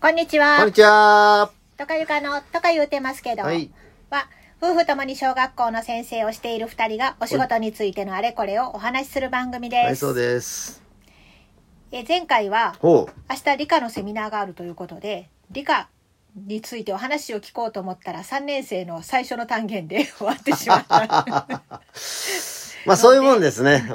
こんにちこんはに。ちは。とかゆかのとか言うてますけど、はい。は夫婦ともに小学校の先生をしている二人がお仕事についてのあれこれをお話しする番組です。はい、そうです。え前回はほう。明日理科のセミナーがあるということで、理科についてお話を聞こうと思ったら3年生の最初の単元で 終わってしまったまあ、そういうもんですね。う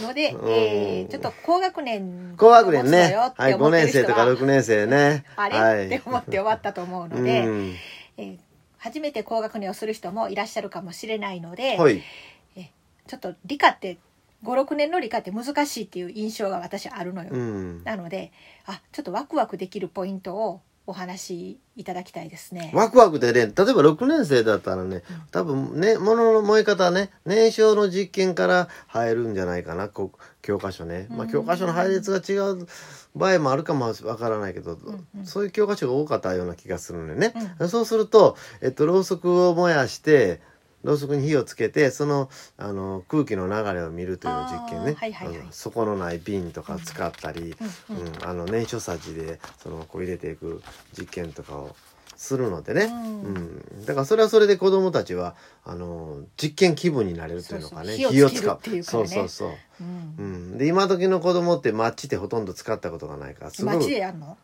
ん。の で、うんえーちょっと高学年高学年ね。を持つのはい、よって思5って年る人生はとか6年生ね。あれ、はい、って思って終わったと思ううので、ん。えー初めて高学年をする人もいらっしゃるかもしれないので、はい。ちょっと理科って56年の理科って難しいっていう印象が私あるのよ、うん。なのであちょっとワクワクできるポイントをお話しいただきたいですね。ワクワクでね、例えば6年生だったらね、多分ね、物の燃え方はね、燃焼の実験から入るんじゃないかな、こう教科書ね。まあ、うん教科書の配列が違う場合もあるかもわからないけど、んうんそういう教科書が多かったような気がするのよね。うんそうすると、えっと、ろうそくを燃やして、ろうそくに火をつけてそのあの空気の流れを見るという実験あーね、はいはいはいあの底のない瓶とか使ったり、うんうんうんあの燃焼さじでそのこう入れていく実験とかをするのでね、うんうんだからそれはそれで子どもたちはあの実験気分になれるというのかねそうそう火を使つけるっていうかそねうそうそう、うんうん、で今時の子供ってマッチってほとんど使ったことがないからすご街でい、やるの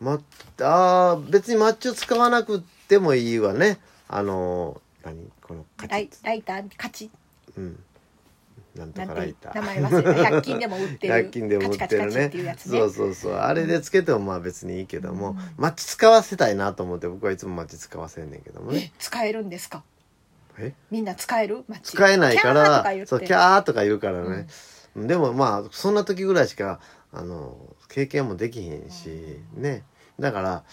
ま、あー別にマッチを使わなくてもいいわねあの何このカチライッライターカチうんなんとなんかてラいイうタ名ー前忘れた100均でも売ってる100均でも売ってるカチカチカチねっていうやつね。そうそうそうあれでつけてもまあ別にいいけども、うんマッチ使わせたいなと思って僕はいつもマッチ使わせんねんけどもえね使えるんですかえみんな使える街使えないかキャーらとか言ってそうキャーとか言うからね、でもまあそんな時ぐらいしかあの経験もできへんし、ねだから、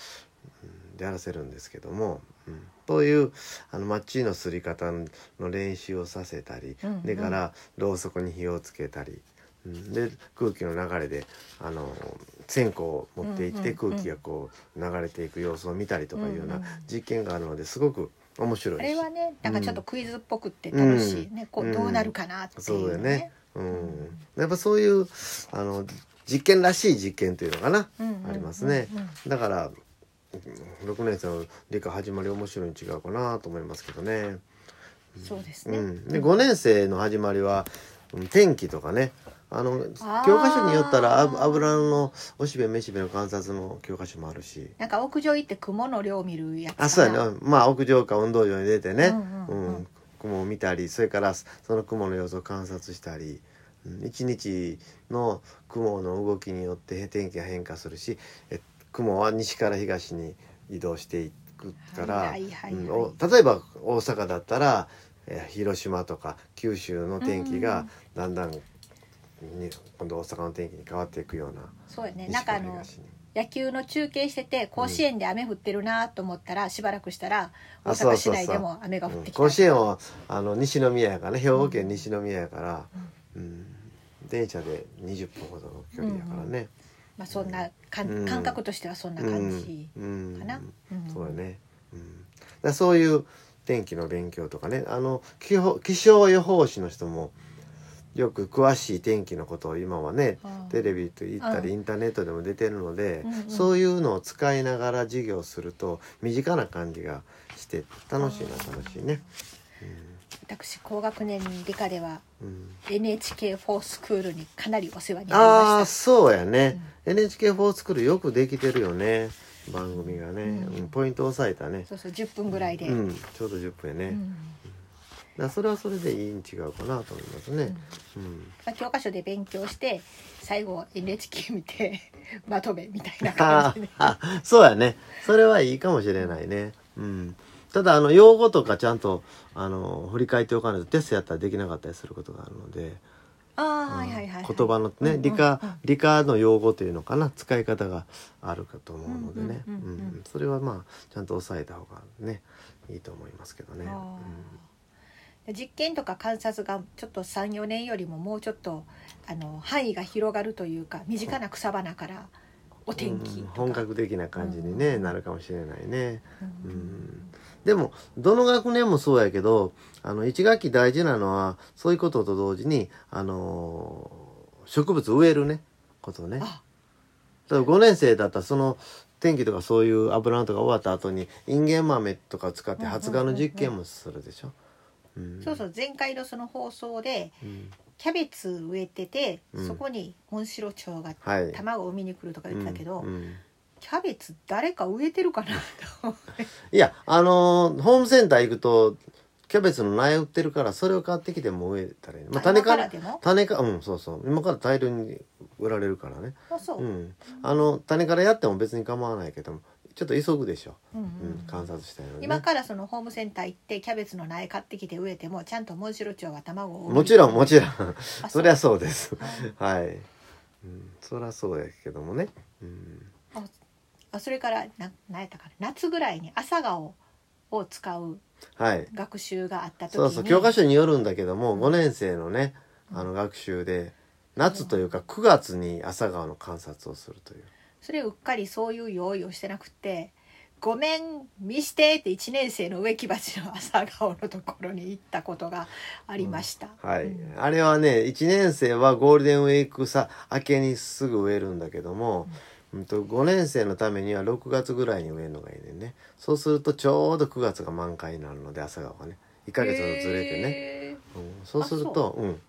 うんやらせるんですけども、うん、というあのマッチのすり方の練習をさせたり、うんうんでからろうそくに火をつけたり。うんで空気の流れであの線香を持っていってうんうんうん空気がこう流れていく様子を見たりとかいうよううんなうん実験があるのですごく面白いあしれはねなんかちょっとクイズっぽくって楽しいね、こうどうなるかなっていそううだよね。ね。ううんん。やっぱそういうあの実験らしい実験というのかな、うんうんうんうんありますね。だからうん6年生の理科始まり面白いに違うかなと思いますけどね。そうですうね。ん。で5年生の始まりはうん天気とかね。ああのー教科書によったらあ油のおしべめしべの観察の教科書もあるし。なんか屋上行って雲の量見るやつかな。あそうやねまあ屋上か運動場に出てね、うんううんんうん雲を見たりそれからそその雲の様子を観察したりうん一日の雲の動きによって天気が変化するしえ雲は西から東に移動していくから、はいはいはいはいうんお例えば大阪だったらえー広島とか九州の天気がだんだん、に今度大阪の天気に変わっていくようなそうやね。な西んかかあらの東に。野球の中継してて甲子園で雨降ってるなと思ったらしばらくしたら大あそう阪そ市うそう内でも雨が降ってきた。甲子園はあの西宮やからね兵庫県西宮やから、うん電車で20分ほどの距離やからね、まあそんな感うん感覚としてはそんなうん感じうんかな。んそうだ。ね、うん、だからそういう天気の勉強とかねあの気候気象予報士の人もよく詳しい天気のことを今はねあーテレビと言ったうりんインターネットでも出てるので、うんうんそういうのを使いながら授業すると身近な感じがして楽しいな楽しいね。私高学年理科ではうん、 NHK フォースクールにかなりお世話になりああまーしそうやね、NHK フォースクールよくできてるよね番組がね、うんうんポイントを抑えたねた。そうそう10分ぐらいで。うん、ちょうど10分やね、うだかんらそれはそれでいいに違うかなと思いますね、うんまあ、教科書で勉強して最後 NHK 見て まとめみたいな感あじでーあ そうやねそれはいいかもしれないねうんただあの用語とかちゃんとあの振り返っておかないとテストやったらできなかったりすることがあるので、ああ、はいはいはい、はい、言葉のね、理科、理科の用語というのかな使い方があるかと思うのでね、ううんうんんうんうんそれはまあちゃんと抑えた方がねいいと思いますけどね。うあんー実験とか観察がちょっと34年よりももうちょっとあの範囲が広がるというか身近な草花からお天気うんとか、本格的な感じに、ねうんなるかもしれないね、ううんん、でもどの学年もそうやけどあの1学期大事なのはそういうことと同時に、あのー植物植えるねことね。あ例えば5年生だったらその天気とかそういう油とか終わった後にインゲン豆とか使ってうんうんうんうん発芽の実験もするでしょ。んそうそう前回のその放送でうんキャベツ植えてて、うんそこにモンシロチョウがはい。卵を産みに来るとか言ってたけど、うんうんキャベツ誰か植えてるかな と思っていやあのーホームセンター行くとキャベツの苗売ってるからそれを買ってきても植えたらいいの。まあ種か今らでも種かうんそうそう今から大量に売られるからね。あそう、ううんん。あの種からやっても別に構わないけどもちょっと急ぐでしょ。うんうん、観察したよね。今からそのホームセンター行ってキャベツの苗買ってきて植えてもちゃんとモンシロチョウは卵を産むもちろんもちろん あそりゃそうですうはいはい、うん、そりゃそうやけどもね、うん、あそれからな何やったかな夏ぐらいに朝顔を使うはい学習があった時にそうそう教科書によるんだけどもうん5年生のねうんあの学習で夏というか9月に朝顔の観察をするというそれうっかりそういう用意をしてなくて「ごめん見して」って1年生の植木鉢の朝顔のところに行ったことがありました、はい、うんあれはね1年生はゴールデンウィークさ明けにすぐ植えるんだけども、うん、と5年生のためには6月ぐらいに植えるのがいいねんねそうするとちょうど9月が満開になるので朝顔がね1ヶ月ほどずれてね、へーうんそうするとうん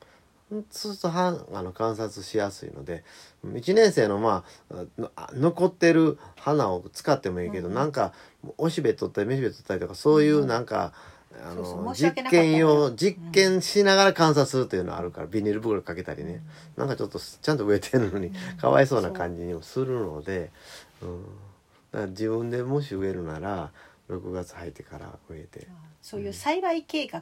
そうするとはあの観察しやすいのでうん1年生のまあのあ残ってる花を使ってもいいけど、うんなんかおしべ取ったりめしべ取ったりとかそういううんなんか、あのそうそう申し実訳なかったね験用実験しながら観察するというのあるから、ビニール袋かけたりね、なんかちょっとちゃんと植えてるのに、かわいそうな感じにもするので、うん、だから自分でもし植えるなら6月入ってから植えてそういう栽培計画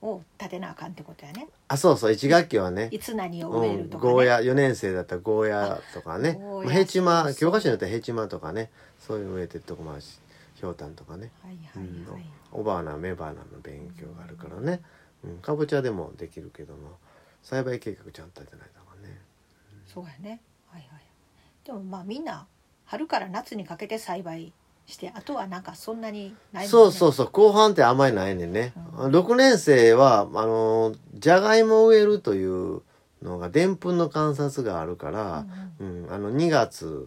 を立てなあかんってことやねあそうそう1学期はねいつ何を植えるとか、ねうん、ゴーヤ4年生だったらゴーヤとかねゴーヤまあヘチそうマそう教科書によってはヘチマとかねそういうの植えてるとこもあるしひょうたんとかね、はいはういんはい、、オバーナメバーナの勉強があるからね、うん、かぼちゃでもできるけども栽培計画ちゃんと立てないとかねそうやねはいはいでもまあみんな春から夏にかけて栽培してあとはなんかそんなにないもんねそうそうそう後半ってあんまりないねんね、う6年生はあのじゃがいもを植えるというのがでんぷんの観察があるかうんうら、んうん、あの2月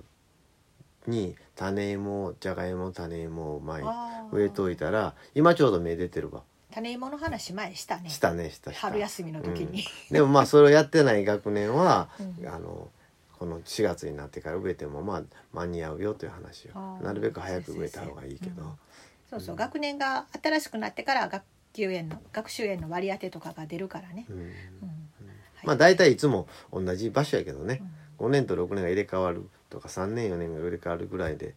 に種芋じゃがいも種芋をまいあー植えといたら今ちょうど芽出てるわ種芋の話前したねしたねしたした春休みの時に、でもまあそれをやってない学年は、うんあのこの4月になってから植えてもまあ間に合うよという話あをーなるべく早く植えた方がいいけど、そうそう学年が新しくなってから学級園の学習園の割り当てとかが出るからね、うんうんまあ大体いつも同じ場所やけどねう、ん5年と6年が入れ替わるとか3年4年が入れ替わるぐらいで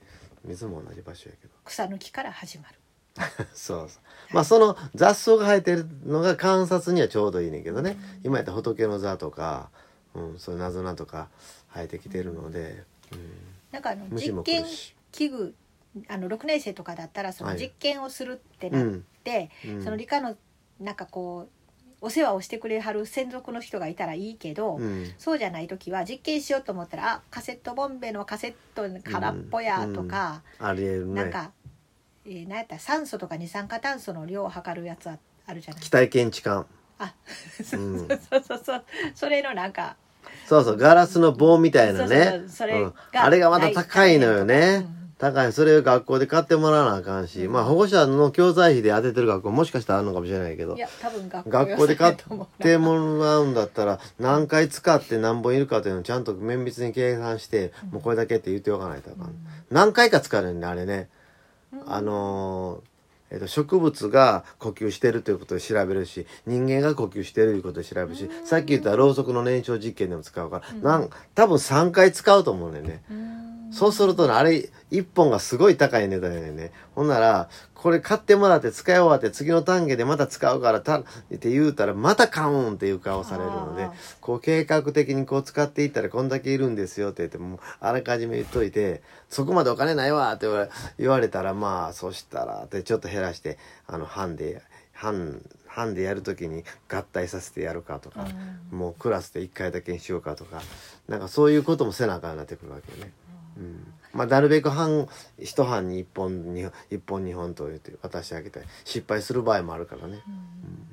いつも同じ場所やけど。草抜きから始まるそうそうまあその雑草が生えてるのが観察にはちょうどいいねんけどね、今やったら仏の座とか、うん、そういう謎なとか生えてきてるので、なんかあのうん、虫実も来験るし、器具あの6年生とかだったらそのはい実験をするってうなっんて、うん、その理科のなんかこうお世話をしてくれはる専属の人がいたらいいけど、うんそうじゃない時は実験しようと思ったら「あカセットボンベのカセット空っぽや」とか、ありえるなんねか、えー、なんやったら酸素とか二酸化炭素の量を測るやつああるじゃない期待検知感あ、うんそうそうそう それのなんかそうそうガラスの棒みたいなそうそうねそうそれうんがあれがまた高いのよないね、うん高いそれを学校で買ってもらわなあかんし、まあ保護者の教材費で当ててる学校もしかしたらあるのかもしれないけどいや多分学校学校で買っと思うなてもらうんだったら何回使って何本いるかというのをちゃんと綿密に計算して、もうこれだけって言っておかないとあかん、何回か使えるんねあれね、うんあのーえっと植物が呼吸してるということを調べるし人間が呼吸してるということを調べるし、さっき言ったろうそくの燃焼実験でも使うから、なん多分3回使うと思うねんだよね、うんそうするとね、あれ、一本がすごい高い値段やねんね。ほんなら、これ買ってもらって使い終わって次の単元でまた使うから、た、って言うたら、また買うんっていう顔されるのあでー、こう計画的にこう使っていったらこんだけいるんですよって言って、もうあらかじめ言っといて、そこまでお金ないわって言われ言われたら、まあ、そしたらってちょっと減らして、あの、半で、半、半でやるときに合体させてやるかとか、もうクラスで1回だけにしようかとかなんかそういうこともせなあかんなってくるわけよね。うんまあ、なるべく半一班に1本に1本2本と言って渡してあげたり失敗する場合もあるからね。うん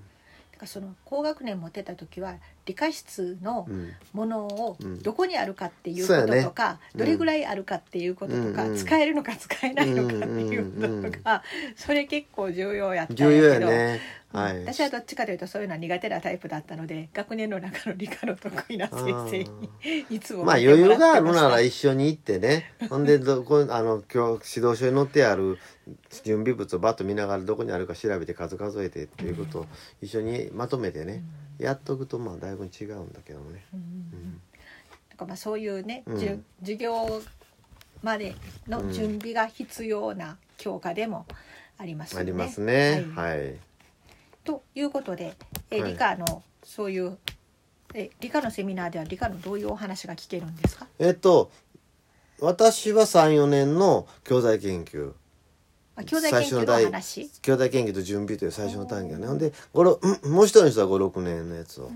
かその高学年も出た時は理科室のうんものをうんどこにあるかっていうそうこやねととか、うんどれぐらいあるかっていうこととか、うんうん使えるのか使えないのかっていうこととか、うんうんうんそれ結構重要やったんや重け要どやね。はい。私はどっちかというとそういうのは苦手なタイプだったので学年の中の理科の得意なあ先生にーいつもまあ余裕があるなら一緒に行ってねほんでどこあの今日指導書に載ってある準備物をバッと見ながらどこにあるか調べて数数えてっていうことを一緒にまとめてねやっとくとまあだいぶ違うんだけどもね。うんうんなんかまあそういうね、うんじゅ授業までの準備が必要な教科でもありますよあね。りますね。はいはい。ということで、えはい理科のそういうえ理科のセミナーでは理科のどういうお話が聞けるんですか。えっと私は34年の教材研究まあ、教材研究のお話。教材研究と準備という最初の単位がねほんでごろうんもう一人の人は56年のやつを。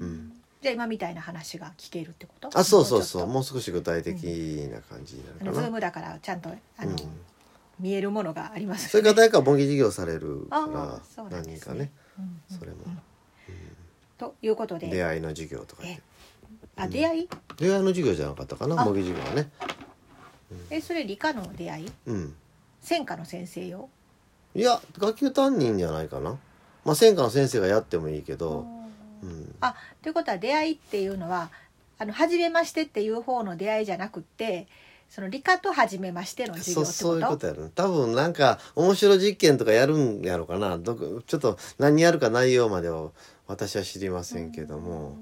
うんじゃあ今みたいな話が聞けるってこと。あそうそうそうももう少し具体的な感じにうちなょっとあのるかズーな。ムだからちゃんとあの、うん見えるものがありますそれから誰か模擬授業されるあかあそうらなん何で人すかねうんうんそれもということで、出会いの授業とかってえあ出会い出会いの授業じゃなかったかなあ模擬授業はねえそれ理科の出会いうん専科の先生よ。いや学級担任じゃないかなまあ専科の先生がやってもいいけどうんあということは出会いっていうのはあの初めましてっていう方の出会いじゃなくってその理科と初めましての授業そっうてことそういうことやる多分なんか面白実験とかやるんやろうかなどこちょっと何やるか内容までは私は知りませんけども、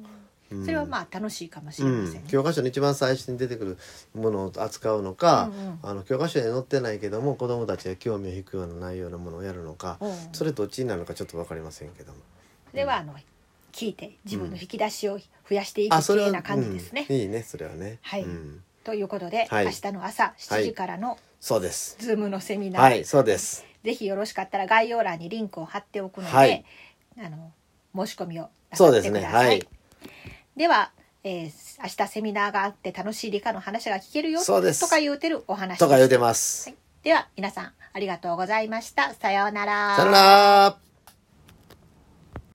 うんそれはまあ楽しいかもしうれませんん、ね。教科書の一番最初に出てくるものを扱うのか、うんうんあの教科書には載ってないけども子どもたちが興味を引くような内容のものをやるのか、おうそれどっちになるのかちょっと分かりませんけどもそれはあの聞いて自分の引き出しを増やしていあくそれ系はな感じですね。うんいいねそれはねはいうん、ということで、はい明日の朝7時からのそうですズームのセミナー、はいそうですぜひよろしかったら概要欄にリンクを貼っておくので、はいあの申し込みをなさそっうでてすくだねさい。はいでは、えー明日セミナーがあって楽しい理科の話が聞けるよそうですとか言うてるお話とか言うてまます、では皆さんありがとうございました。さようなら。さよなら